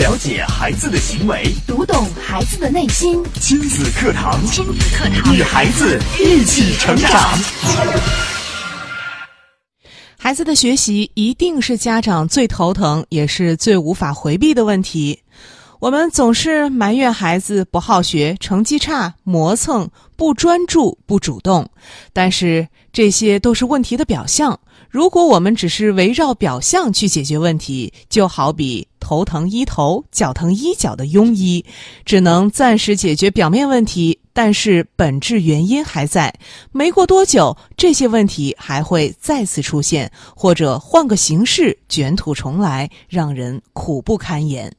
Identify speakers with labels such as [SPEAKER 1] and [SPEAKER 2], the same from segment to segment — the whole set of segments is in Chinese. [SPEAKER 1] 了解孩子的行为，
[SPEAKER 2] 读懂孩子的内心，
[SPEAKER 1] 亲子课堂，
[SPEAKER 2] 亲子课堂
[SPEAKER 1] 与孩子一起成长。
[SPEAKER 3] 孩子的学习一定是家长最头疼，也是最无法回避的问题。我们总是埋怨孩子不好学、成绩差、磨蹭、不专注、不主动，但是这些都是问题的表象。如果我们只是围绕表象去解决问题，就好比头疼医头、脚疼医脚的庸医，只能暂时解决表面问题，但是本质原因还在。没过多久，这些问题还会再次出现，或者换个形式卷土重来，让人苦不堪言。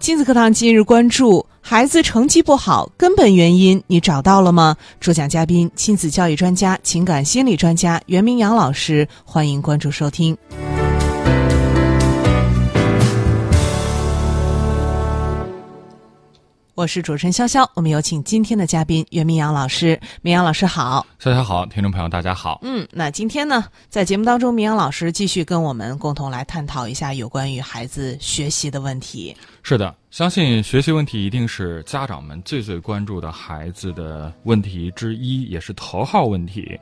[SPEAKER 3] 亲子课堂今日关注：孩子成绩不好，根本原因你找到了吗？主讲嘉宾：亲子教育专家、情感心理专家袁明阳老师，欢迎关注收听。我是主持人潇潇，我们有请今天的嘉宾袁明阳老师。明阳老师好。
[SPEAKER 4] 大家好，听众朋友大家好。
[SPEAKER 3] 嗯，那今天呢，在节目当中，明阳老师继续跟我们共同来探讨一下有关于孩子学习的问题。
[SPEAKER 4] 是的，相信学习问题一定是家长们最最关注的孩子的问题之一，也是头号问题。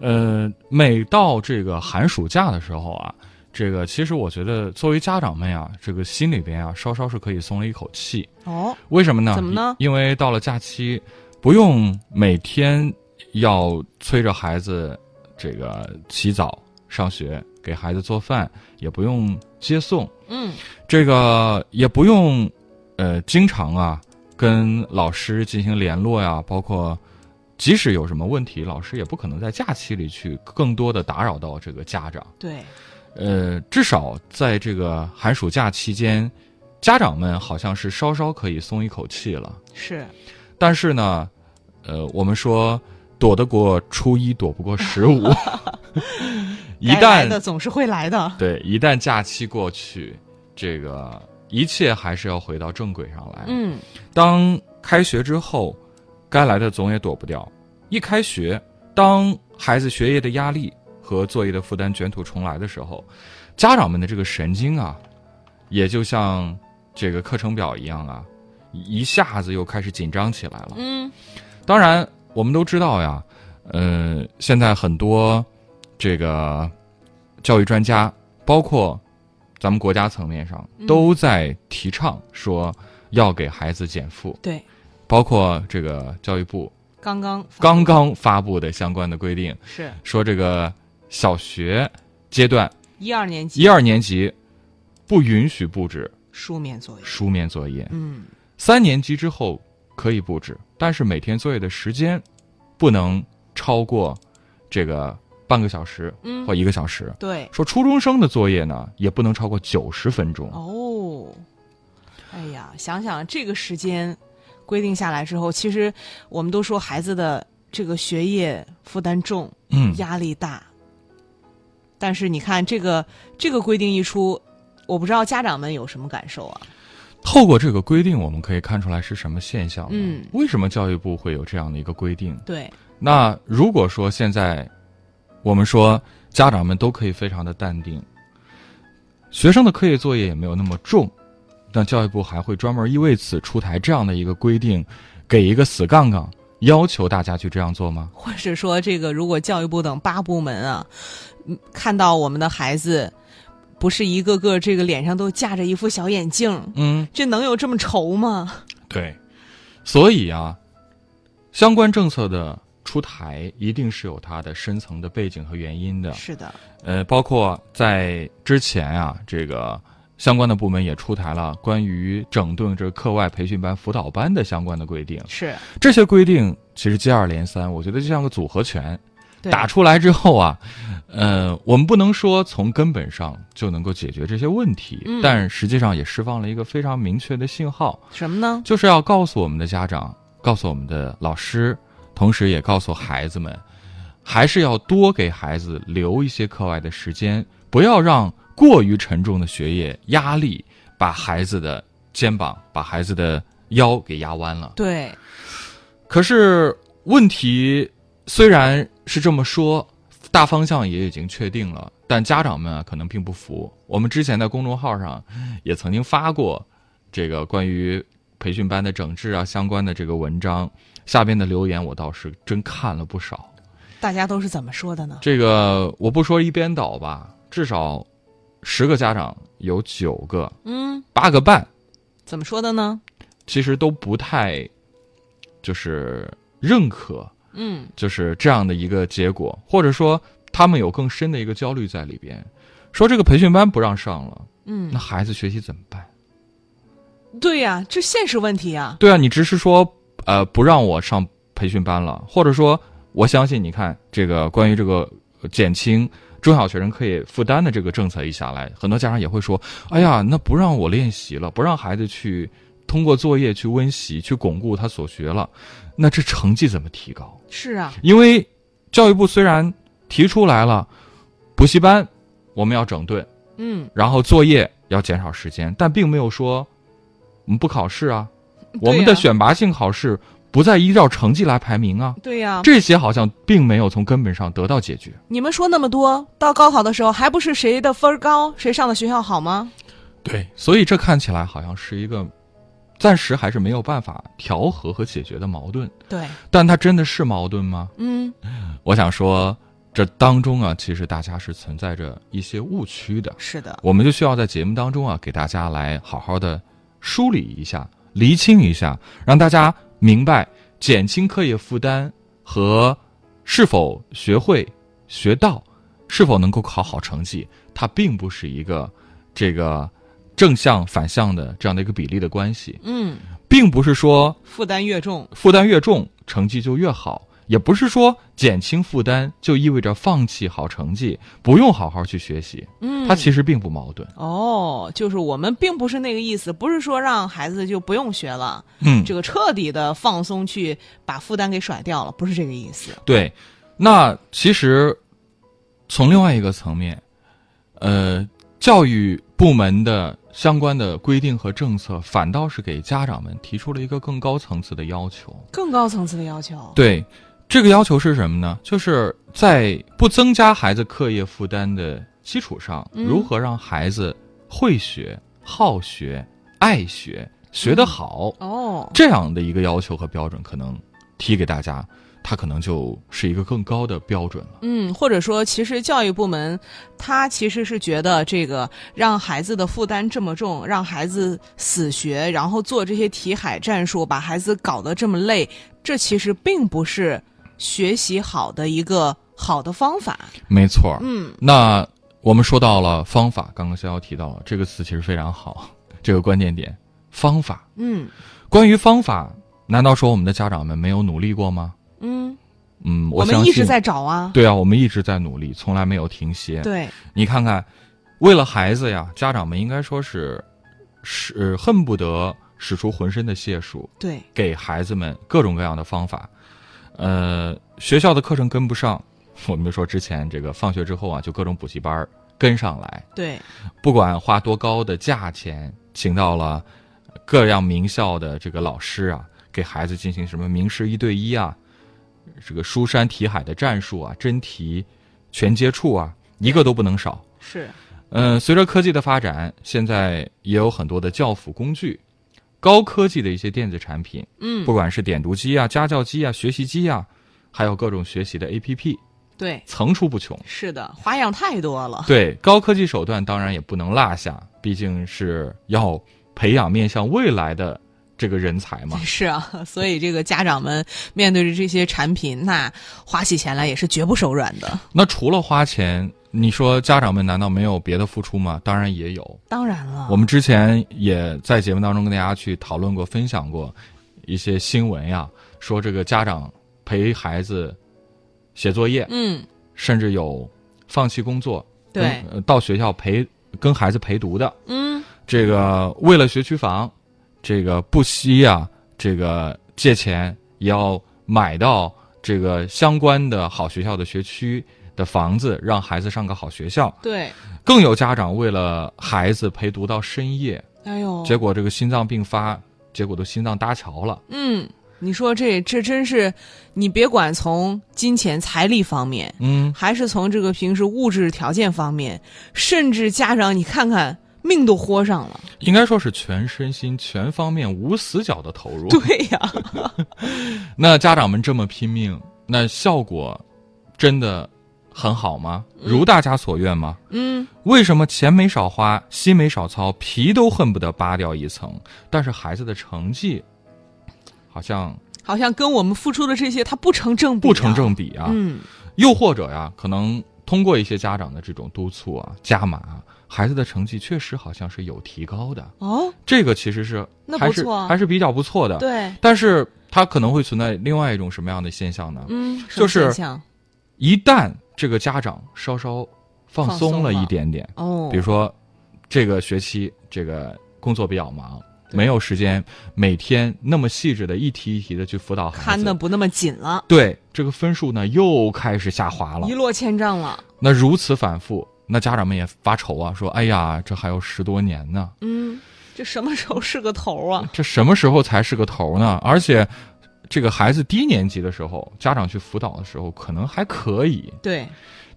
[SPEAKER 4] 呃，每到这个寒暑假的时候啊，这个其实我觉得作为家长们呀、这个心里边啊，稍稍是可以松了一口气。
[SPEAKER 3] 哦，
[SPEAKER 4] 为什么呢？
[SPEAKER 3] 怎么呢
[SPEAKER 4] 因因为到了假期，不用每天要催着孩子这个起早上学，给孩子做饭，也不用接送。
[SPEAKER 3] 嗯，
[SPEAKER 4] 这个也不用，呃，经常啊跟老师进行联络呀，包括即使有什么问题，老师也不可能在假期里去更多的打扰到这个家长。
[SPEAKER 3] 对，
[SPEAKER 4] 呃，至少在这个寒暑假期间，家长们好像是稍稍可以松一口气了。
[SPEAKER 3] 是，
[SPEAKER 4] 但是呢，呃，我们说躲得过初一，躲不过十五。 一
[SPEAKER 3] 该来
[SPEAKER 4] 旦
[SPEAKER 3] 的总是会来 的。
[SPEAKER 4] 对，一旦假期过去，这个一切还是要回到正轨上来。，
[SPEAKER 3] 嗯，
[SPEAKER 4] 当开学之后，该来的总也躲不掉。一开学，当孩子学业的压力和作业的负担卷土重来的时候，家长们的这个神经啊，也就像这个课程表一样啊，一下子又开始紧张起来了。
[SPEAKER 3] 嗯，
[SPEAKER 4] 当然，我们都知道呀，呃，现在很多这个教育专家，包括咱们国家层面上，
[SPEAKER 3] 嗯
[SPEAKER 4] 都在提倡说要给孩子减负，
[SPEAKER 3] 对，
[SPEAKER 4] 包括这个教育部
[SPEAKER 3] 刚刚发
[SPEAKER 4] 刚
[SPEAKER 3] 布
[SPEAKER 4] 刚发布的相关的规定，
[SPEAKER 3] 是
[SPEAKER 4] 说这个小学阶段
[SPEAKER 3] 一二年级
[SPEAKER 4] 一二年级不允许布置
[SPEAKER 3] 书面作业。
[SPEAKER 4] 书面作业，
[SPEAKER 3] 嗯，
[SPEAKER 4] 三年级之后可以布置，但是每天作业的时间不能超过这个半个小时
[SPEAKER 3] 嗯
[SPEAKER 4] 或一个小时。
[SPEAKER 3] 对，
[SPEAKER 4] 说初中生的作业呢，也不能超过九十分钟。
[SPEAKER 3] 哦，哎呀，想想这个时间规定下来之后，其实我们都说孩子的这个学业负担重，
[SPEAKER 4] 嗯，
[SPEAKER 3] 压力大。但是你看这个这个规定一出，我不知道家长们有什么感受啊？
[SPEAKER 4] 透过这个规定，我们可以看出来是什么现象呢。
[SPEAKER 3] 嗯
[SPEAKER 4] 为什么教育部会有这样的一个规定？
[SPEAKER 3] 对，
[SPEAKER 4] 那如果说现在我们说家长们都可以非常的淡定，学生的课业作业也没有那么重，那教育部还会专门因为此出台这样的一个规定，给一个死杠杠，要求大家去这样做吗？
[SPEAKER 3] 或者说这个如果教育部等八部门啊，嗯看到我们的孩子不是一个个这个脸上都架着一副小眼镜，
[SPEAKER 4] 嗯，
[SPEAKER 3] 这能有这么愁吗？
[SPEAKER 4] 对。所以啊，相关政策的出台一定是有它的深层的背景和原因的。
[SPEAKER 3] 是的，
[SPEAKER 4] 呃，包括在之前啊，这个相关的部门也出台了关于整顿这课外培训班、辅导班的相关的规定。
[SPEAKER 3] 是
[SPEAKER 4] 这些规定其实接二连三，我觉得就像个组合拳，
[SPEAKER 3] 对
[SPEAKER 4] 打出来之后啊，呃，我们不能说从根本上就能够解决这些问题，
[SPEAKER 3] 嗯
[SPEAKER 4] 但实际上也释放了一个非常明确的信号，
[SPEAKER 3] 什么呢？
[SPEAKER 4] 就是要告诉我们的家长，告诉我们的老师，同时也告诉孩子们，还是要多给孩子留一些课外的时间，不要让过于沉重的学业压力把孩子的肩膀、把孩子的腰给压弯了。
[SPEAKER 3] 对，
[SPEAKER 4] 可是问题虽然是这么说，大方向也已经确定了，但家长们啊可能并不服。我们之前在公众号上也曾经发过这个关于培训班的整治啊相关的这个文章，下边的留言我倒是真看了不少。
[SPEAKER 3] 大家都是怎么说的呢？
[SPEAKER 4] 这个我不说一边倒吧，至少十个家长有九个、
[SPEAKER 3] 嗯，
[SPEAKER 4] 八个半，
[SPEAKER 3] 怎么说的呢？
[SPEAKER 4] 其实都不太就是认可
[SPEAKER 3] 嗯，
[SPEAKER 4] 就是这样的一个结果，或者说他们有更深的一个焦虑在里边，说这个培训班不让上了，
[SPEAKER 3] 嗯
[SPEAKER 4] 那孩子学习怎么办？
[SPEAKER 3] 对呀、这现实问题啊。
[SPEAKER 4] 对啊，你只是说呃不让我上培训班了，或者说我相信你看这个关于这个呃减轻中小学生可以负担的这个政策一下来，很多家长也会说，哎呀，那不让我练习了，不让孩子去通过作业去温习去巩固他所学了，那这成绩怎么提高？
[SPEAKER 3] 是啊，
[SPEAKER 4] 因为教育部虽然提出来了，补习班我们要整顿，
[SPEAKER 3] 嗯，
[SPEAKER 4] 然后作业要减少时间，但并没有说我们不考试啊，我们
[SPEAKER 3] 对
[SPEAKER 4] 的
[SPEAKER 3] 呀
[SPEAKER 4] 选拔性考试不再依照成绩来排名啊，
[SPEAKER 3] 对呀、
[SPEAKER 4] 这些好像并没有从根本上得到解决。
[SPEAKER 3] 你们说那么多，到高考的时候还不是谁的分儿高，谁上的学校好吗？
[SPEAKER 4] 对，所以这看起来好像是一个暂时还是没有办法调和和解决的矛盾，
[SPEAKER 3] 对，
[SPEAKER 4] 但它真的是矛盾吗？
[SPEAKER 3] 嗯，
[SPEAKER 4] 我想说，这当中啊，其实大家是存在着一些误区的。
[SPEAKER 3] 是的，
[SPEAKER 4] 我们就需要在节目当中啊，给大家来好好的梳理一下、厘清一下，让大家明白减轻课业负担和是否学会、学到、是否能够考好成绩，它并不是一个这个正向反向的这样的一个比例的关系，
[SPEAKER 3] 嗯，
[SPEAKER 4] 并不是说
[SPEAKER 3] 负担越重，
[SPEAKER 4] 负担越重，成绩就越好。也不是说减轻负担就意味着放弃好成绩，不用好好去学习，
[SPEAKER 3] 嗯，
[SPEAKER 4] 它其实并不矛盾。
[SPEAKER 3] 哦，就是我们并不是那个意思，不是说让孩子就不用学了，
[SPEAKER 4] 嗯，
[SPEAKER 3] 这个彻底的放松去把负担给甩掉了，不是这个意思。
[SPEAKER 4] 对，那其实从另外一个层面，呃，教育部门的相关的规定和政策，反倒是给家长们提出了一个更高层次的要求。
[SPEAKER 3] 更高层次的要求，
[SPEAKER 4] 对，这个要求是什么呢？就是在不增加孩子课业负担的基础上，
[SPEAKER 3] 嗯
[SPEAKER 4] 如何让孩子会学、好学、爱学、学得好，
[SPEAKER 3] 哦，
[SPEAKER 4] 这样的一个要求和标准，可能提给大家，它可能就是一个更高的标准了。
[SPEAKER 3] 嗯，或者说，其实教育部门他其实是觉得这个让孩子的负担这么重，让孩子死学，然后做这些题海战术，把孩子搞得这么累，这其实并不是学习好的一个好的方法。
[SPEAKER 4] 没错，
[SPEAKER 3] 嗯，
[SPEAKER 4] 那我们说到了方法，刚刚逍遥提到了这个词，其实非常好，这个关键点，方法。
[SPEAKER 3] 嗯
[SPEAKER 4] 关于方法，难道说我们的家长们没有努力过吗？
[SPEAKER 3] 嗯，
[SPEAKER 4] 嗯，
[SPEAKER 3] 我
[SPEAKER 4] 相
[SPEAKER 3] 们一
[SPEAKER 4] 信
[SPEAKER 3] 直在找啊，
[SPEAKER 4] 对啊，我们一直在努力，从来没有停歇。
[SPEAKER 3] 对，
[SPEAKER 4] 你看看，为了孩子呀，家长们应该说是使、呃恨不得使出浑身的解数，
[SPEAKER 3] 对，
[SPEAKER 4] 给孩子们各种各样的方法。呃，学校的课程跟不上，我们就说之前这个放学之后啊，就各种补习班儿跟上来，
[SPEAKER 3] 对，
[SPEAKER 4] 不管花多高的价钱，请到了各样名校的这个老师啊，给孩子进行什么名师一对一啊，这个书山题海的战术啊，真题全接触啊，一个都不能少。
[SPEAKER 3] 是，
[SPEAKER 4] 嗯，随着科技的发展，现在也有很多的教辅工具，高科技的一些电子产品，
[SPEAKER 3] 嗯
[SPEAKER 4] 不，管是点读机啊、家教机啊、学习机啊，还有各种学习的 APP，
[SPEAKER 3] 对，
[SPEAKER 4] 层出不穷。
[SPEAKER 3] 是的，花样太多了。。
[SPEAKER 4] 对，高科技手段当然也不能落下，毕竟是要培养面向未来的这个人才嘛
[SPEAKER 3] 是啊， 所以这个家长们面对着这些产品，那花起钱来也是绝不手软的。
[SPEAKER 4] 那除了花钱，你说家长们难道没有别的付出吗？当然也有。
[SPEAKER 3] 当然了，
[SPEAKER 4] 我们之前也在节目当中跟大家去讨论过、分享过一些新闻呀，说这个家长陪孩子写作业，
[SPEAKER 3] 嗯，
[SPEAKER 4] 甚至有放弃工作，
[SPEAKER 3] 对
[SPEAKER 4] 跟，呃到学校陪跟孩子陪读的，
[SPEAKER 3] 嗯，
[SPEAKER 4] 这个为了学区房，这个不惜啊，这个借钱也要买到这个相关的好学校的学区的房子，让孩子上个好学校。
[SPEAKER 3] 对，
[SPEAKER 4] 更有家长为了孩子陪读到深夜，
[SPEAKER 3] 哎呦，
[SPEAKER 4] 结果这个心脏病发，结果都心脏搭桥了。
[SPEAKER 3] 嗯，你说这这真是，你别管从金钱财力方面，
[SPEAKER 4] 嗯，
[SPEAKER 3] 还是从这个平时物质条件方面，甚至家长你看看命都豁上了，
[SPEAKER 4] 应该说是全身心、全方面、无死角的投入。
[SPEAKER 3] 对呀、
[SPEAKER 4] 那家长们这么拼命，那效果真的很好吗？如大家所愿吗？
[SPEAKER 3] 嗯，
[SPEAKER 4] 为什么钱没少花，心没少操，皮都恨不得扒掉一层，但是孩子的成绩好像
[SPEAKER 3] 好像跟我们付出的这些它不成正比、
[SPEAKER 4] 不成，正比啊？
[SPEAKER 3] 嗯，
[SPEAKER 4] 又或者呀，可能通过一些家长的这种督促啊、加码啊，孩子的成绩确实好像是有提高的，
[SPEAKER 3] 哦，
[SPEAKER 4] 这个其实是
[SPEAKER 3] 那不
[SPEAKER 4] 还是
[SPEAKER 3] 错啊
[SPEAKER 4] 还是比较不错的。，
[SPEAKER 3] 对，
[SPEAKER 4] 但是它可能会存在另外一种什么样的现象呢？
[SPEAKER 3] 嗯，
[SPEAKER 4] 就
[SPEAKER 3] 什么现
[SPEAKER 4] 是
[SPEAKER 3] 象
[SPEAKER 4] 一旦这个家长稍稍放
[SPEAKER 3] 放
[SPEAKER 4] 松
[SPEAKER 3] 松
[SPEAKER 4] 了一
[SPEAKER 3] 了
[SPEAKER 4] 点点，
[SPEAKER 3] 哦，
[SPEAKER 4] 比如说这个学期这个工作比较忙，没有时间每天那么细致的一题一题的去辅导孩
[SPEAKER 3] 看
[SPEAKER 4] 子，
[SPEAKER 3] 的不那么紧了，
[SPEAKER 4] 对这个分数呢又开始下滑了
[SPEAKER 3] 一。落千丈了，
[SPEAKER 4] 那如此反复，那家长们也发愁啊，说：“哎呀，这还有十多年呢，
[SPEAKER 3] 嗯，这什么时候是个头啊？
[SPEAKER 4] 这什么时候才是个头呢？”而且，这个孩子低年级的时候，家长去辅导的时候可能还可以，
[SPEAKER 3] 对，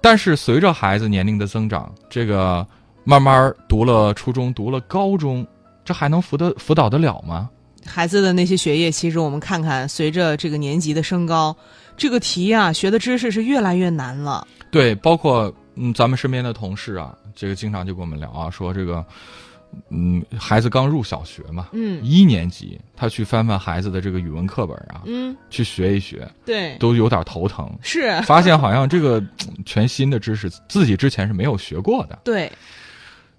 [SPEAKER 4] 但是随着孩子年龄的增长，这个慢慢儿读了初中，读了高中，这还能辅导辅导得了吗？
[SPEAKER 3] 孩子的那些学业，其实我们看看，随着这个年级的升高，这个题啊，学的知识是越来越难了。
[SPEAKER 4] 对，包括嗯，咱们身边的同事啊，这个经常就跟我们聊啊，说这个，嗯，孩子刚入小学嘛，
[SPEAKER 3] 嗯
[SPEAKER 4] 一年级，他去翻翻孩子的这个语文课本啊，
[SPEAKER 3] 嗯，
[SPEAKER 4] 去学一学，
[SPEAKER 3] 对，，
[SPEAKER 4] 都有点头疼
[SPEAKER 3] 是，
[SPEAKER 4] 发现好像这个嗯全新的知识自己之前是没有学过的，
[SPEAKER 3] 对，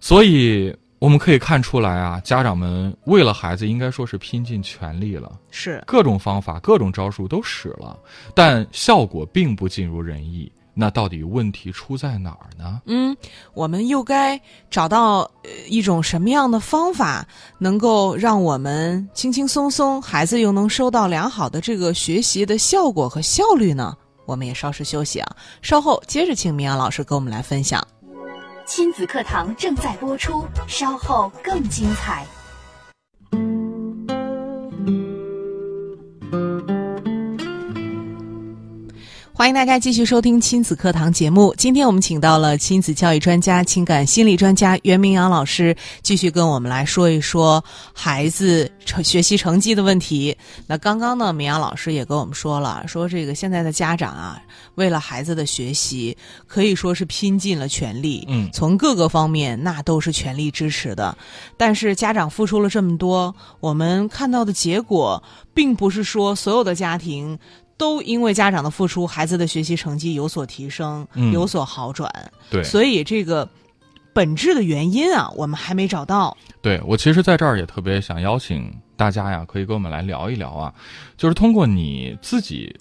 [SPEAKER 4] 所以我们可以看出来啊，家长们为了孩子应该说是拼尽全力了，
[SPEAKER 3] 是，
[SPEAKER 4] 各种方法、各种招数都使了，但效果并不尽如人意。那到底问题出在哪儿呢？
[SPEAKER 3] 嗯，我们又该找到呃一种什么样的方法，能够让我们轻轻松松，孩子又能收到良好的这个学习的效果和效率呢？我们也稍事休息啊，稍后接着请明阳老师跟我们来分享。
[SPEAKER 2] 亲子课堂正在播出，稍后更精彩。
[SPEAKER 3] 欢迎大家继续收听亲子课堂节目。今天我们请到了亲子教育专家、情感心理专家袁明阳老师，继续跟我们来说一说孩子成学习成绩的问题。那刚刚呢，明阳老师也跟我们说了，说这个现在的家长啊，为了孩子的学习，可以说是拼尽了全力，
[SPEAKER 4] 嗯
[SPEAKER 3] 从各个方面那都是全力支持的。但是家长付出了这么多，我们看到的结果，并不是说所有的家庭都因为家长的付出，孩子的学习成绩有所提升，
[SPEAKER 4] 嗯
[SPEAKER 3] 有所好转。
[SPEAKER 4] 对
[SPEAKER 3] 所以这个本质的原因啊，我们还没找到。
[SPEAKER 4] 对我其实在这儿也特别想邀请大家呀，可以跟我们来聊一聊啊，就是通过你自己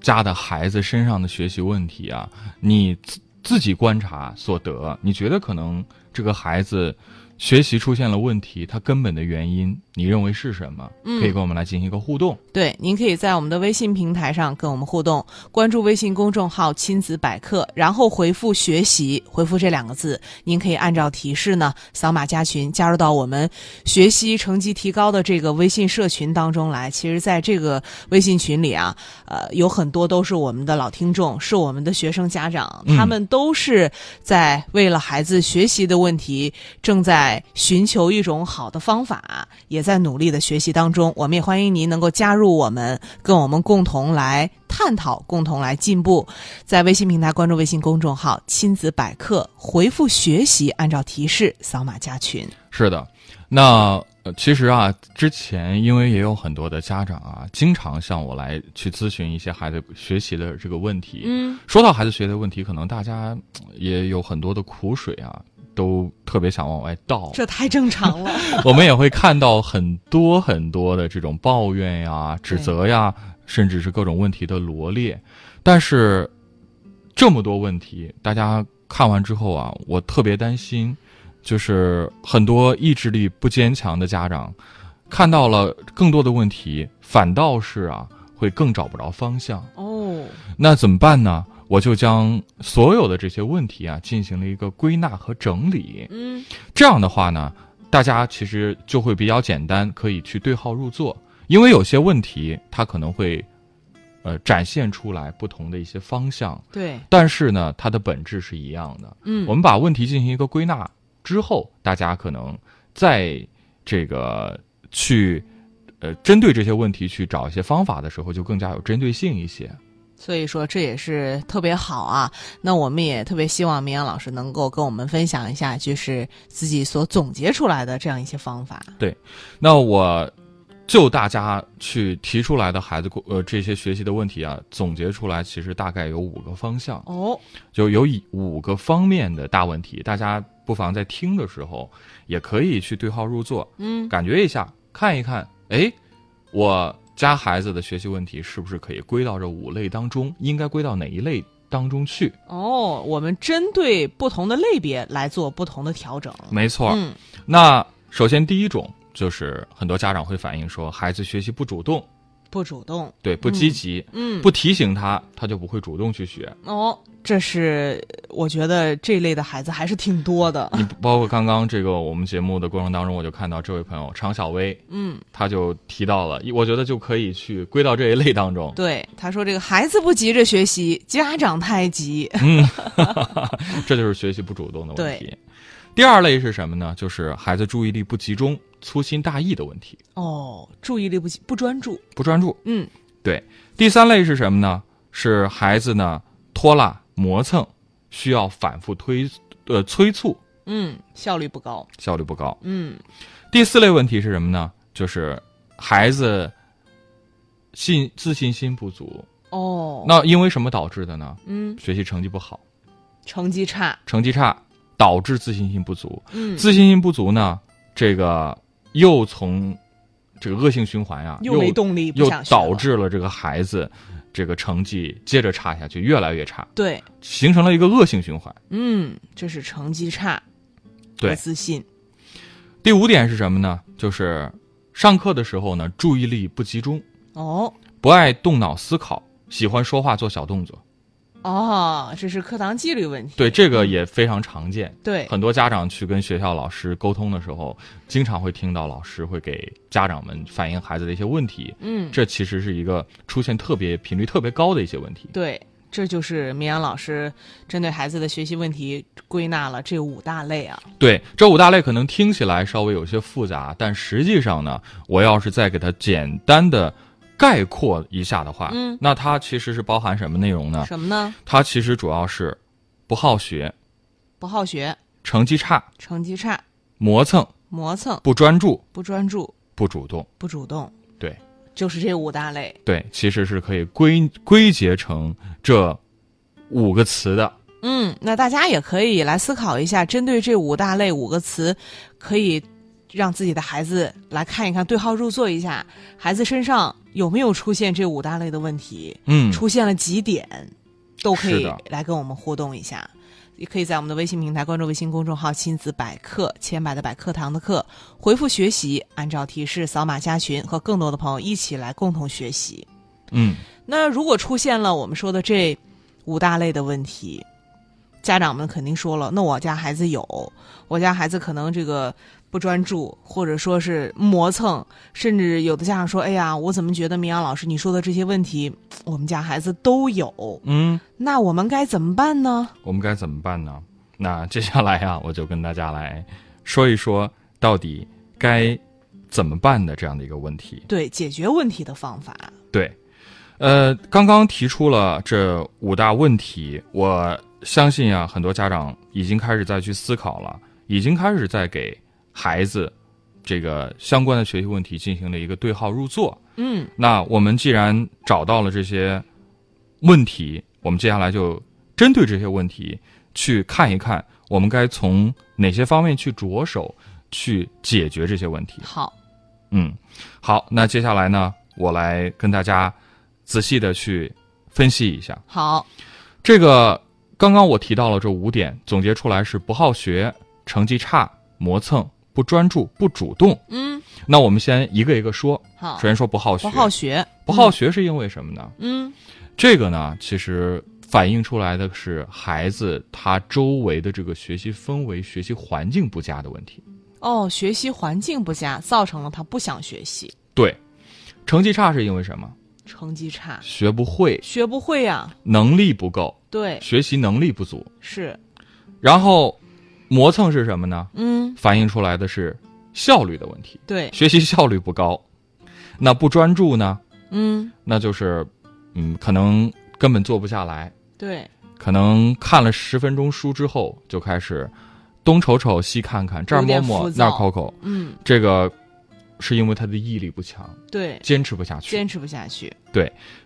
[SPEAKER 4] 家的孩子身上的学习问题啊，你自自己观察所得，你觉得可能这个孩子学习出现了问题，他根本的原因，你认为是什么？可以跟我们来进行一个互动。
[SPEAKER 3] 对，您可以在我们的微信平台上跟我们互动，关注微信公众号“亲子百科”，然后回复“学习”，回复这两个字，您可以按照提示呢扫码加群，加入到我们学习成绩提高的这个微信社群当中来。其实，在这个微信群里啊，呃，有很多都是我们的老听众，是我们的学生家长，
[SPEAKER 4] 嗯
[SPEAKER 3] 他们都是在为了孩子学习的问题，正在寻求一种好的方法，也在努力的学习当中。我们也欢迎您能够加入我们，跟我们共同来探讨，共同来进步。在微信平台关注微信公众号“亲子百科”，回复“学习”，按照提示扫码加群。
[SPEAKER 4] 是的，那呃其实啊，之前因为也有很多的家长啊，经常向我来去咨询一些孩子学习的这个问题。
[SPEAKER 3] 嗯，
[SPEAKER 4] 说到孩子学习的问题，可能大家呃也有很多的苦水啊，都特别想往外倒。
[SPEAKER 3] 这太正常了。
[SPEAKER 4] 我们也会看到很多很多的这种抱怨呀、指责呀，甚至是各种问题的罗列。但是这么多问题，大家看完之后啊，我特别担心，就是很多意志力不坚强的家长，看到了更多的问题，反倒是啊，会更找不着方向。
[SPEAKER 3] 哦，
[SPEAKER 4] 那怎么办呢？我就将所有的这些问题啊，进行了一个归纳和整理。
[SPEAKER 3] 嗯，
[SPEAKER 4] 这样的话呢，大家其实就会比较简单，可以去对号入座。因为有些问题它可能会，呃，展现出来不同的一些方向，
[SPEAKER 3] 对，
[SPEAKER 4] 但是呢，它的本质是一样的。
[SPEAKER 3] 嗯
[SPEAKER 4] 我们把问题进行一个归纳之后，大家可能在这个去呃针对这些问题去找一些方法的时候，就更加有针对性一些。
[SPEAKER 3] 所以说这也是特别好啊。那我们也特别希望明阳老师能够跟我们分享一下，就是自己所总结出来的这样一些方法。
[SPEAKER 4] 那我就大家去提出来的孩子过呃这些学习的问题啊，总结出来其实大概有五个方向，
[SPEAKER 3] 哦，
[SPEAKER 4] 就有以五个方面的大问题，大家不妨在听的时候也可以去对号入座，
[SPEAKER 3] 嗯，
[SPEAKER 4] 感觉一下，看一看，哎，我家孩子的学习问题是不是可以归到这五类当中？应该归到哪一类当中去？
[SPEAKER 3] 哦，我们针对不同的类别来做不同的调整。
[SPEAKER 4] 没错。
[SPEAKER 3] 嗯，
[SPEAKER 4] 那首先第一种就是很多家长会反映说，孩子学习不主动，
[SPEAKER 3] 不主动，
[SPEAKER 4] 对，不积极，
[SPEAKER 3] 嗯，
[SPEAKER 4] 不提醒他，他就不会主动去学。
[SPEAKER 3] 哦，这是我觉得这类的孩子还是挺多的。
[SPEAKER 4] 你包括刚刚这个我们节目的过程当中，我就看到这位朋友常小薇，
[SPEAKER 3] 嗯，
[SPEAKER 4] 他就提到了，我觉得就可以去归到这一类当中。
[SPEAKER 3] 对，他说这个孩子不急着学习，家长太急。
[SPEAKER 4] 这就是学习不主动的问
[SPEAKER 3] 对
[SPEAKER 4] 题。第二类是什么呢？就是孩子注意力不集中、粗心大意的问题，
[SPEAKER 3] 哦，注意力不集不专注。
[SPEAKER 4] 不专注。
[SPEAKER 3] 嗯，
[SPEAKER 4] 对。第三类是什么呢？是孩子呢拖拉、磨蹭，需要反复推呃催促，
[SPEAKER 3] 嗯，效率不高。
[SPEAKER 4] 效率不高。
[SPEAKER 3] 嗯，
[SPEAKER 4] 第四类问题是什么呢？就是孩子信自信心不足。
[SPEAKER 3] 哦，
[SPEAKER 4] 那因为什么导致的呢？
[SPEAKER 3] 嗯，
[SPEAKER 4] 学习成绩不好，
[SPEAKER 3] 成绩差。
[SPEAKER 4] 成绩差导致自信心不足。
[SPEAKER 3] 嗯，
[SPEAKER 4] 自信心不足呢，这个又从这个恶性循环呀、
[SPEAKER 3] 又没动力，不
[SPEAKER 4] 又
[SPEAKER 3] 想学了
[SPEAKER 4] 导致了这个孩子这个成绩接着差下去，越来越差，
[SPEAKER 3] 对，
[SPEAKER 4] 形成了一个恶性循环。
[SPEAKER 3] 嗯，这是成绩差，
[SPEAKER 4] 对
[SPEAKER 3] 不自信。
[SPEAKER 4] 第五点是什么呢？就是上课的时候呢，注意力不集中，
[SPEAKER 3] 哦
[SPEAKER 4] 不爱动脑思考，喜欢说话做小动作。
[SPEAKER 3] 哦，这是课堂纪律问题。
[SPEAKER 4] 对，这个也非常常见。
[SPEAKER 3] 对，
[SPEAKER 4] 很多家长去跟学校老师沟通的时候，经常会听到老师会给家长们反映孩子的一些问题，
[SPEAKER 3] 嗯，
[SPEAKER 4] 这其实是一个出现特别频率特别高的一些问题。
[SPEAKER 3] 对，这就是明阳老师针对孩子的学习问题归纳了这五大类啊。
[SPEAKER 4] 对，这五大类可能听起来稍微有些复杂，但实际上呢，我要是再给它简单的概括一下的话，
[SPEAKER 3] 嗯
[SPEAKER 4] 那它其实是包含什么内容呢？
[SPEAKER 3] 什么呢？
[SPEAKER 4] 它其实主要是不好学、
[SPEAKER 3] 不好学，
[SPEAKER 4] 成绩差、
[SPEAKER 3] 成绩差，
[SPEAKER 4] 磨蹭、
[SPEAKER 3] 磨蹭，
[SPEAKER 4] 不专注、
[SPEAKER 3] 不专注，
[SPEAKER 4] 不主动。
[SPEAKER 3] 不主动，
[SPEAKER 4] 对
[SPEAKER 3] 就是这五大类。
[SPEAKER 4] 对，其实是可以归归结成这五个词的。
[SPEAKER 3] 嗯，那大家也可以来思考一下，针对这五大类五个词，可以让自己的孩子来看一看，对号入座一下，孩子身上有没有出现这五大类的问题，
[SPEAKER 4] 嗯，
[SPEAKER 3] 出现了几点，都可
[SPEAKER 4] 是
[SPEAKER 3] 以
[SPEAKER 4] 的
[SPEAKER 3] 来跟我们互动一下。也可以在我们的微信平台关注微信公众号“亲子百科”，千百的百课堂的课，回复“学习”，按照提示扫码加群，和更多的朋友一起来共同学习。
[SPEAKER 4] 嗯，
[SPEAKER 3] 那如果出现了我们说的这五大类的问题，家长们肯定说了，那我家孩子有，我家孩子可能这个不专注，或者说是磨蹭，甚至有的家长说，哎呀，我怎么觉得明阳老师你说的这些问题，我们家孩子都有，
[SPEAKER 4] 嗯，
[SPEAKER 3] 那我们该怎么办呢？
[SPEAKER 4] 我们该怎么办呢？那接下来啊，我就跟大家来说一说到底该怎么办的这样的一个问题。
[SPEAKER 3] 对，解决问题的方法，
[SPEAKER 4] 对，呃，刚刚提出了这五大问题，我相信啊，很多家长已经开始再去思考了，已经开始在给孩子这个相关的学习问题进行了一个对号入座。
[SPEAKER 3] 嗯，
[SPEAKER 4] 那我们既然找到了这些问题，我们接下来就针对这些问题去看一看，我们该从哪些方面去着手去解决这些问题。
[SPEAKER 3] 好，
[SPEAKER 4] 嗯，好，那接下来呢，我来跟大家仔细的去分析一下
[SPEAKER 3] 好，
[SPEAKER 4] 这个。刚刚我提到了这五点，总结出来是不好学、成绩差、磨蹭、不专注、不主动。
[SPEAKER 3] 嗯，
[SPEAKER 4] 那我们先一个一个说。
[SPEAKER 3] 好
[SPEAKER 4] 首，先说不好学，
[SPEAKER 3] 不好学，
[SPEAKER 4] 不好学是因为什么呢？
[SPEAKER 3] 嗯，
[SPEAKER 4] 这个呢，其实反映出来的是孩子他周围的这个学习氛围、学习环境不佳的问题。
[SPEAKER 3] 哦，学习环境不佳，造成了他不想学习，
[SPEAKER 4] 对，成绩差是因为什么？
[SPEAKER 3] 成绩差，
[SPEAKER 4] 学不会，
[SPEAKER 3] 学不会呀、
[SPEAKER 4] 能力不够，
[SPEAKER 3] 对，
[SPEAKER 4] 学习能力不足。
[SPEAKER 3] 是，
[SPEAKER 4] 然后，磨蹭是什么呢？
[SPEAKER 3] 嗯，
[SPEAKER 4] 反映出来的是效率的问题，
[SPEAKER 3] 对，
[SPEAKER 4] 学习效率不高。那不专注呢？
[SPEAKER 3] 嗯，
[SPEAKER 4] 那就是，嗯，可能根本做不下来，
[SPEAKER 3] 对，
[SPEAKER 4] 可能看了十分钟书之后就开始东瞅瞅西看看，这儿
[SPEAKER 3] 有点
[SPEAKER 4] 摸摸
[SPEAKER 3] 浮躁
[SPEAKER 4] 那儿抠抠，
[SPEAKER 3] 嗯，
[SPEAKER 4] 这个是因为他的毅力不强，
[SPEAKER 3] 对，
[SPEAKER 4] 坚持不下去。
[SPEAKER 3] 坚持不下去，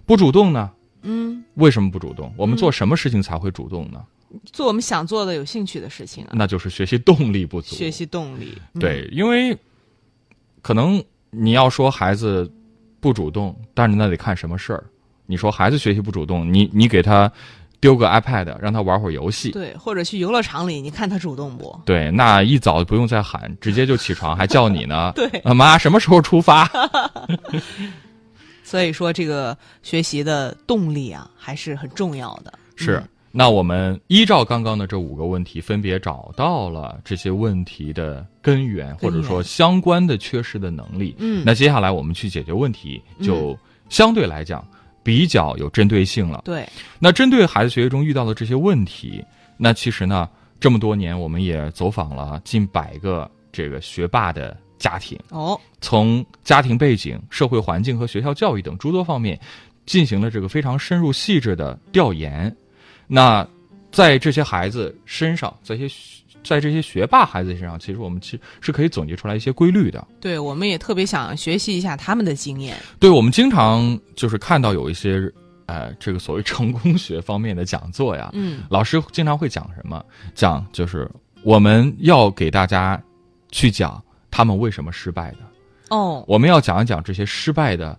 [SPEAKER 4] 不主动呢？
[SPEAKER 3] 嗯，
[SPEAKER 4] 为什么不主动？我们
[SPEAKER 3] 嗯
[SPEAKER 4] 做什么事情才会主动呢？
[SPEAKER 3] 做我们想做的、有兴趣的事情啊，
[SPEAKER 4] 那就是学习动力不足。
[SPEAKER 3] 学习动力，嗯，
[SPEAKER 4] 嗯对，因为可能你要说孩子不主动，但是那得看什么事儿。你说孩子学习不主动，你你给他丢个 iPad，让他玩会儿游戏，
[SPEAKER 3] 对，或者去游乐场里，你看他主动 不？。
[SPEAKER 4] 对，那一早不用再喊，直接就起床，还叫你呢
[SPEAKER 3] 对
[SPEAKER 4] 啊妈，什么时候出发？
[SPEAKER 3] 所以说，这个学习的动力啊，还是很重要的。
[SPEAKER 4] 是
[SPEAKER 3] 嗯，
[SPEAKER 4] 那我们依照刚刚的这五个问题，分别找到了这些问题的根源，或者说相关的缺失的能力。
[SPEAKER 3] 嗯
[SPEAKER 4] 那接下来我们去解决问题，就相对来讲比较有针对性了。
[SPEAKER 3] 对，
[SPEAKER 4] 那针对孩子学习中遇到的这些问题，那其实呢，这么多年我们也走访了近百个这个学霸的家庭。
[SPEAKER 3] 哦，
[SPEAKER 4] 从家庭背景、社会环境和学校教育等诸多方面，进行了这个非常深入细致的调研。那在这些孩子身上，在这些在这些学霸孩子身上，其实我们其是可以总结出来一些规律的。
[SPEAKER 3] 对，我们也特别想学习一下他们的经验。
[SPEAKER 4] 对我们经常就是看到有一些呃，这个所谓成功学方面的讲座呀，
[SPEAKER 3] 嗯，
[SPEAKER 4] 老师经常会讲什么？讲就是我们要给大家去讲他们为什么失败的。
[SPEAKER 3] 哦，
[SPEAKER 4] 我们要讲一讲这些失败的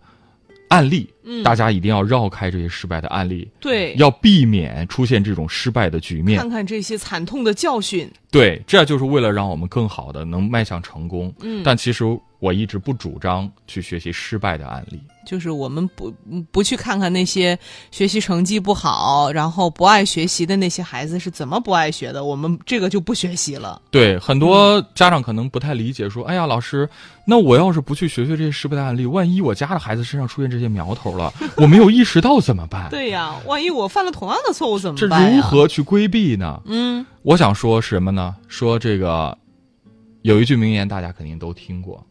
[SPEAKER 4] 案例，
[SPEAKER 3] 嗯
[SPEAKER 4] 大家一定要绕开这些失败的案例，
[SPEAKER 3] 对，
[SPEAKER 4] 要避免出现这种失败的局面
[SPEAKER 3] 看。看这些惨痛的教训。
[SPEAKER 4] 对，这就是为了让我们更好的能迈向成功。
[SPEAKER 3] 嗯，
[SPEAKER 4] 但其实我一直不主张去学习失败的案例，
[SPEAKER 3] 就是我们不嗯不去看看那些学习成绩不好，然后不爱学习的那些孩子是怎么不爱学的，我们这个就不学习了。
[SPEAKER 4] 对，很多家长可能不太理解，说：“哎呀，老师，那我要是不去学学这些失败的案例，万一我家的孩子身上出现这些苗头 了，我没有意识到怎么办？
[SPEAKER 3] 对呀，万一我犯了同样的错误怎
[SPEAKER 4] 这
[SPEAKER 3] 么办？
[SPEAKER 4] 如？何去规避呢？”
[SPEAKER 3] 嗯，
[SPEAKER 4] 我想说什么呢？说这个，有一句名言大家肯定都听过，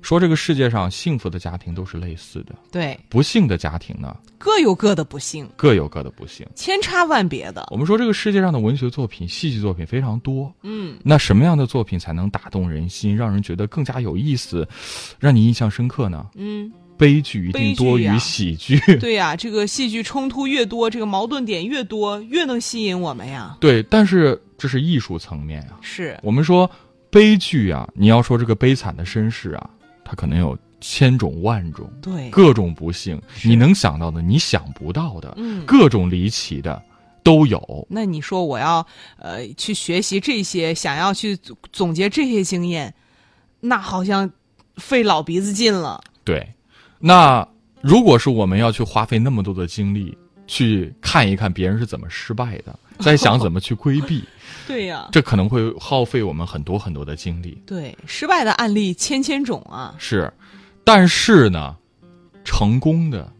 [SPEAKER 4] 说这个世界上幸福的家庭都是类似的，
[SPEAKER 3] 对，
[SPEAKER 4] 不幸的家庭呢
[SPEAKER 3] 各有各的不幸，
[SPEAKER 4] 各有各的不幸。
[SPEAKER 3] 千差万别的。
[SPEAKER 4] 我们说这个世界上的文学作品、戏剧作品非常多，
[SPEAKER 3] 嗯，
[SPEAKER 4] 那什么样的作品才能打动人心，让人觉得更加有意思，让你印象深刻呢？
[SPEAKER 3] 嗯，
[SPEAKER 4] 悲剧一定多
[SPEAKER 3] 悲剧啊呀
[SPEAKER 4] 于喜剧。
[SPEAKER 3] 对呀，这个戏剧冲突越多，这个矛盾点越多，越能吸引我们呀。
[SPEAKER 4] 对，但是这是艺术层面啊。
[SPEAKER 3] 是，
[SPEAKER 4] 我们说悲剧啊，你要说这个悲惨的身世啊，它可能有千种万种。
[SPEAKER 3] 对，
[SPEAKER 4] 各种不幸，
[SPEAKER 3] 是
[SPEAKER 4] 你能想到的，你想不到的，
[SPEAKER 3] 嗯，
[SPEAKER 4] 各种离奇的都有。
[SPEAKER 3] 那你说我要呃去学习这些，想要去总总结这些经验，那好像费老鼻子劲了。
[SPEAKER 4] 对，那如果是我们要去花费那么多的精力去看一看别人是怎么失败的，再想怎么去规 避，
[SPEAKER 3] 对呀、
[SPEAKER 4] 这可能会耗费我们很多很多的精力。
[SPEAKER 3] 对，失败的案例千千种啊。
[SPEAKER 4] 是，但是呢，成功的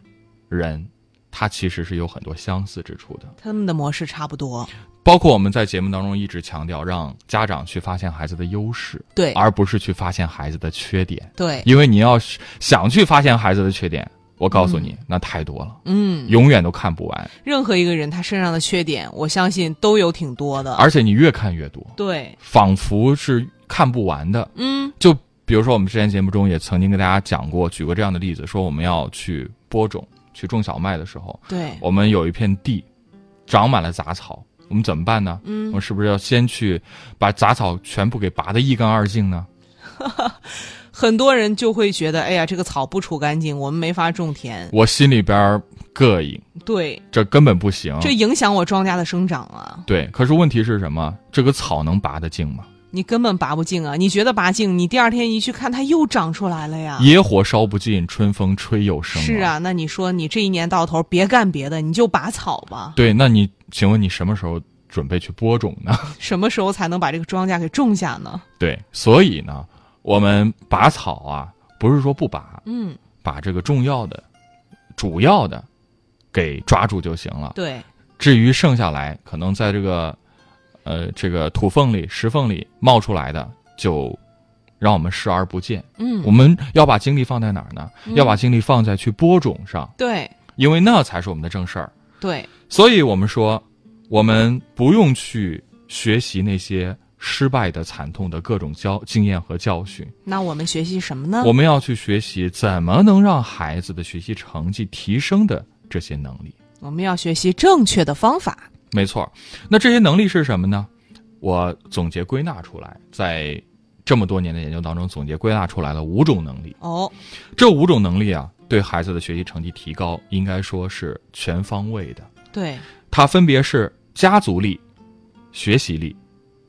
[SPEAKER 4] 人，他其实是有很多相似之处的。
[SPEAKER 3] 他们的模式差不多，
[SPEAKER 4] 包括我们在节目当中一直强调，让家长去发现孩子的优势，
[SPEAKER 3] 对
[SPEAKER 4] 而不是去发现孩子的缺点。
[SPEAKER 3] 对，
[SPEAKER 4] 因为你要是想去发现孩子的缺点，我告诉你，那太多了，
[SPEAKER 3] 嗯，
[SPEAKER 4] 永远都看不完，
[SPEAKER 3] 任何一个人他身上的缺点，我相信都有挺多的。
[SPEAKER 4] 而且你越看越多，
[SPEAKER 3] 对，
[SPEAKER 4] 仿佛是看不完的。
[SPEAKER 3] 嗯，
[SPEAKER 4] 就比如说，我们之前节目中也曾经跟大家讲过，举过这样的例子，说我们要去播种、去种小麦的时候，
[SPEAKER 3] 对，
[SPEAKER 4] 我们有一片地长满了杂草，我们怎么办呢？
[SPEAKER 3] 嗯
[SPEAKER 4] 我们是不是要先去把杂草全部给拔得一干二净呢？
[SPEAKER 3] 很多人就会觉得，哎呀，这个草不除干净，我们没法种田。
[SPEAKER 4] 我心里边儿膈应，
[SPEAKER 3] 对，
[SPEAKER 4] 这根本不行。
[SPEAKER 3] 这影响我庄稼的生长啊。
[SPEAKER 4] 对，可是问题是什么？这个草能拔得净吗？
[SPEAKER 3] 你根本拔不净啊！你觉得拔净，你第二天一去看，它又长出来了呀。
[SPEAKER 4] 野火烧不尽，春风吹又生。
[SPEAKER 3] 啊是，啊，那你说你这一年到头别干别的，你就拔草吧。
[SPEAKER 4] 对，那你请问你什么时候准备去播种呢？
[SPEAKER 3] 什么时候才能把这个庄稼给种下呢？
[SPEAKER 4] 对，所以呢，我们拔草啊，不是说不拔，
[SPEAKER 3] 嗯，
[SPEAKER 4] 把这个重要的、主要的给抓住就行了。
[SPEAKER 3] 对，
[SPEAKER 4] 至于剩下来，可能在这个呃这个土缝里、石缝里冒出来的，就让我们视而不见。
[SPEAKER 3] 嗯，
[SPEAKER 4] 我们要把精力放在哪儿呢？要把精力放在去播种上，
[SPEAKER 3] 对
[SPEAKER 4] 因为那才是我们的正事儿。
[SPEAKER 3] 对，
[SPEAKER 4] 所以我们说，我们不用去学习那些失败的、惨痛的各种教经验和教训，
[SPEAKER 3] 那我们学习什么呢？
[SPEAKER 4] 我们要去学习怎么能让孩子的学习成绩提升的这些能力。
[SPEAKER 3] 我们要学习正确的方法。
[SPEAKER 4] 没错儿，那这些能力是什么呢？我总结归纳出来，在这么多年的研究当中，总结归纳出来了五种能力。
[SPEAKER 3] 哦，
[SPEAKER 4] 这五种能力啊，对孩子的学习成绩提高，应该说是全方位的。
[SPEAKER 3] 对，
[SPEAKER 4] 它分别是家族力、学习力、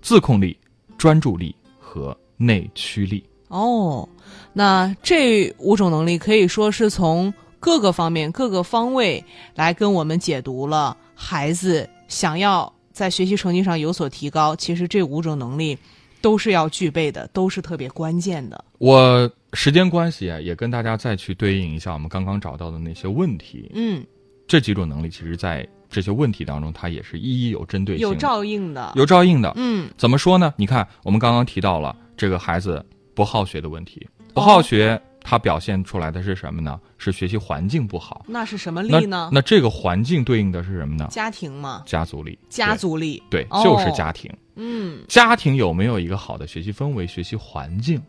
[SPEAKER 4] 自控力、专注力和内驱力。
[SPEAKER 3] 哦，那这五种能力可以说是从各个方面、各个方位来跟我们解读了孩子想要在学习成绩上有所提高，其实这五种能力都是要具备的，都是特别关键的。
[SPEAKER 4] 我时间关系啊，也跟大家再去对应一下我们刚刚找到的那些问题。
[SPEAKER 3] 嗯，
[SPEAKER 4] 这几种能力，其实在这些问题当中，它也是一一有针对性
[SPEAKER 3] 有
[SPEAKER 4] 的、
[SPEAKER 3] 照应的。
[SPEAKER 4] 有照应的。
[SPEAKER 3] 嗯，
[SPEAKER 4] 怎么说呢？你看，我们刚刚提到了这个孩子不好学的问题，不好学，它表现出来的是什么呢？是学习环境不好。
[SPEAKER 3] 那是什么
[SPEAKER 4] 那
[SPEAKER 3] 力呢？
[SPEAKER 4] 那这个环境对应的是什么呢？
[SPEAKER 3] 家庭嘛，
[SPEAKER 4] 家族力，
[SPEAKER 3] 家
[SPEAKER 4] 对
[SPEAKER 3] 族力。
[SPEAKER 4] 对，
[SPEAKER 3] 哦
[SPEAKER 4] 就是家庭。
[SPEAKER 3] 嗯，
[SPEAKER 4] 家庭有没有一个好的学习氛围、学习环境，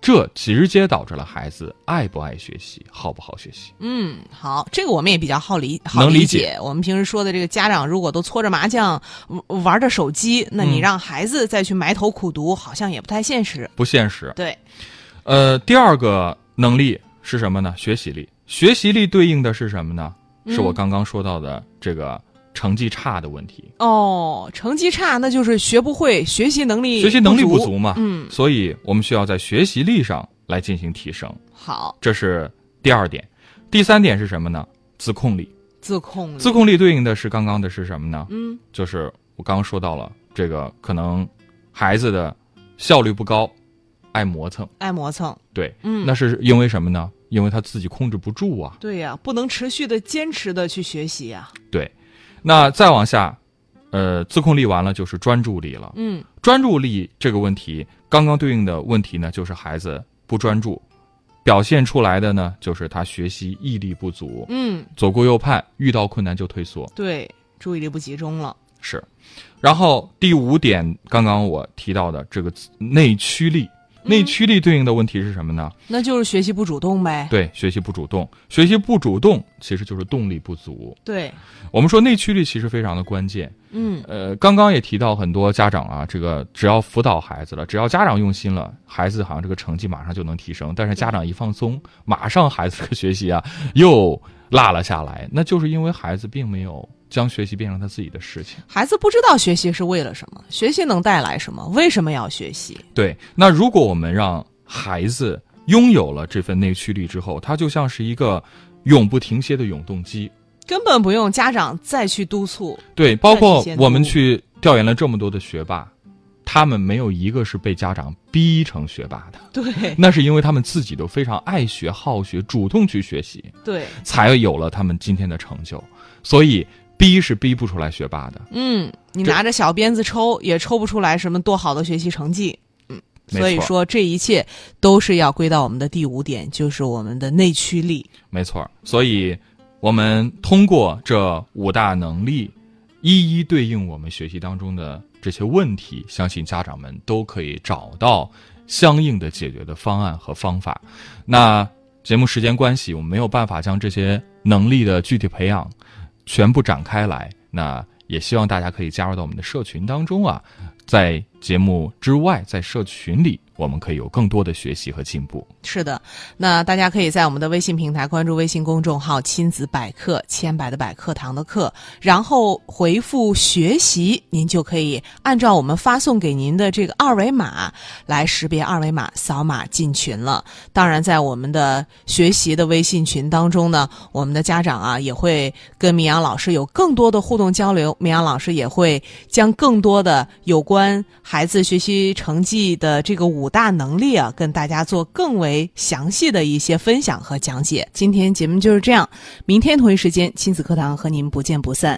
[SPEAKER 4] 这直接导致了孩子爱不爱学习、好不好学习。
[SPEAKER 3] 嗯，好，这个我们也比较好理，好
[SPEAKER 4] 能理
[SPEAKER 3] 解。
[SPEAKER 4] 解
[SPEAKER 3] 我们平时说的这个家长如果都搓着麻将，玩玩着手机，那你
[SPEAKER 4] 嗯
[SPEAKER 3] 让孩子再去埋头苦读，好像也不太现实。
[SPEAKER 4] 不现实。
[SPEAKER 3] 对，
[SPEAKER 4] 呃，第二个能力是什么呢？学习力。学习力对应的是什么呢？是我刚刚说到的这个成绩差的问题，
[SPEAKER 3] 哦，成绩差那就是学不会，学习能力
[SPEAKER 4] 学习能力不
[SPEAKER 3] 不
[SPEAKER 4] 足。嘛。
[SPEAKER 3] 嗯，
[SPEAKER 4] 所以我们需要在学习力上来进行提升，
[SPEAKER 3] 好，
[SPEAKER 4] 这是第二点。第三点是什么呢？自控力。
[SPEAKER 3] 自控力。
[SPEAKER 4] 自控力对应的是刚刚的是什么呢？
[SPEAKER 3] 嗯，
[SPEAKER 4] 就是我刚刚说到了，这个可能孩子的效率不高，爱磨蹭，
[SPEAKER 3] 爱磨蹭。
[SPEAKER 4] 对，
[SPEAKER 3] 嗯
[SPEAKER 4] 那是因为什么呢？因为他自己控制不住啊。
[SPEAKER 3] 对呀、不能持续的、坚持的去学习呀、
[SPEAKER 4] 对，那再往下，呃，自控力完了就是专注力了。
[SPEAKER 3] 嗯，
[SPEAKER 4] 专注力这个问题，刚刚对应的问题呢，就是孩子不专注，表现出来的呢，就是他学习毅力不足，
[SPEAKER 3] 嗯，
[SPEAKER 4] 左顾右盼，遇到困难就退缩。
[SPEAKER 3] 对，注意力不集中了。
[SPEAKER 4] 是，然后第五点，刚刚我提到的这个自内驱力，内驱力对应的问题是什么呢？
[SPEAKER 3] 那就是学习不主动呗。
[SPEAKER 4] 对，学习不主动，学习不主动其实就是动力不足。
[SPEAKER 3] 对，
[SPEAKER 4] 我们说内驱力其实非常的关键。
[SPEAKER 3] 嗯，
[SPEAKER 4] 呃，刚刚也提到很多家长啊，这个只要辅导孩子了，只要家长用心了，孩子好像这个成绩马上就能提升，但是家长一放松，马上孩子这个学习啊又落了下来，那就是因为孩子并没有将学习变成他自己的事情。
[SPEAKER 3] 孩子不知道学习是为了什么，学习能带来什么，为什么要学习？
[SPEAKER 4] 对，那如果我们让孩子拥有了这份内驱力之后，他就像是一个永不停歇的永动机。
[SPEAKER 3] 根本不用家长再去督促。
[SPEAKER 4] 对，包
[SPEAKER 3] 再
[SPEAKER 4] 括
[SPEAKER 3] 去监督
[SPEAKER 4] 我们去调研了这么多的学霸，他们没有一个是被家长逼成学霸的，
[SPEAKER 3] 对
[SPEAKER 4] 那是因为他们自己都非常爱学、好学，主动去学习，
[SPEAKER 3] 对，
[SPEAKER 4] 才有了他们今天的成就。所以，逼是逼不出来学霸的。
[SPEAKER 3] 嗯，你
[SPEAKER 4] 这
[SPEAKER 3] 拿着小鞭子抽也抽不出来什么多好的学习成绩。嗯，
[SPEAKER 4] 没
[SPEAKER 3] 所以
[SPEAKER 4] 错
[SPEAKER 3] 说这一切都是要归到我们的第五点，就是我们的内驱力。
[SPEAKER 4] 没错儿，所以我们通过这五大能力，一一对应我们学习当中的这些问题，相信家长们都可以找到相应的解决的方案和方法。那节目时间关系，我们没有办法将这些能力的具体培养全部展开来。那也希望大家可以加入到我们的社群当中啊，在节目之外，在社群里，我们可以有更多的学习和进步。
[SPEAKER 3] 是的，那大家可以在我们的微信平台关注微信公众号“亲子百科”，千百的百课堂的课，然后回复“学习”，您就可以按照我们发送给您的这个二维码来识别二维码，扫码进群了。当然，在我们的学习的微信群当中呢，我们的家长啊也会跟明阳老师有更多的互动交流，明阳老师也会将更多的有关孩子学习成绩的这个五大能力啊，跟大家做更为详细的一些分享和讲解。今天节目就是这样，明天同一时间亲子课堂和您不见不散。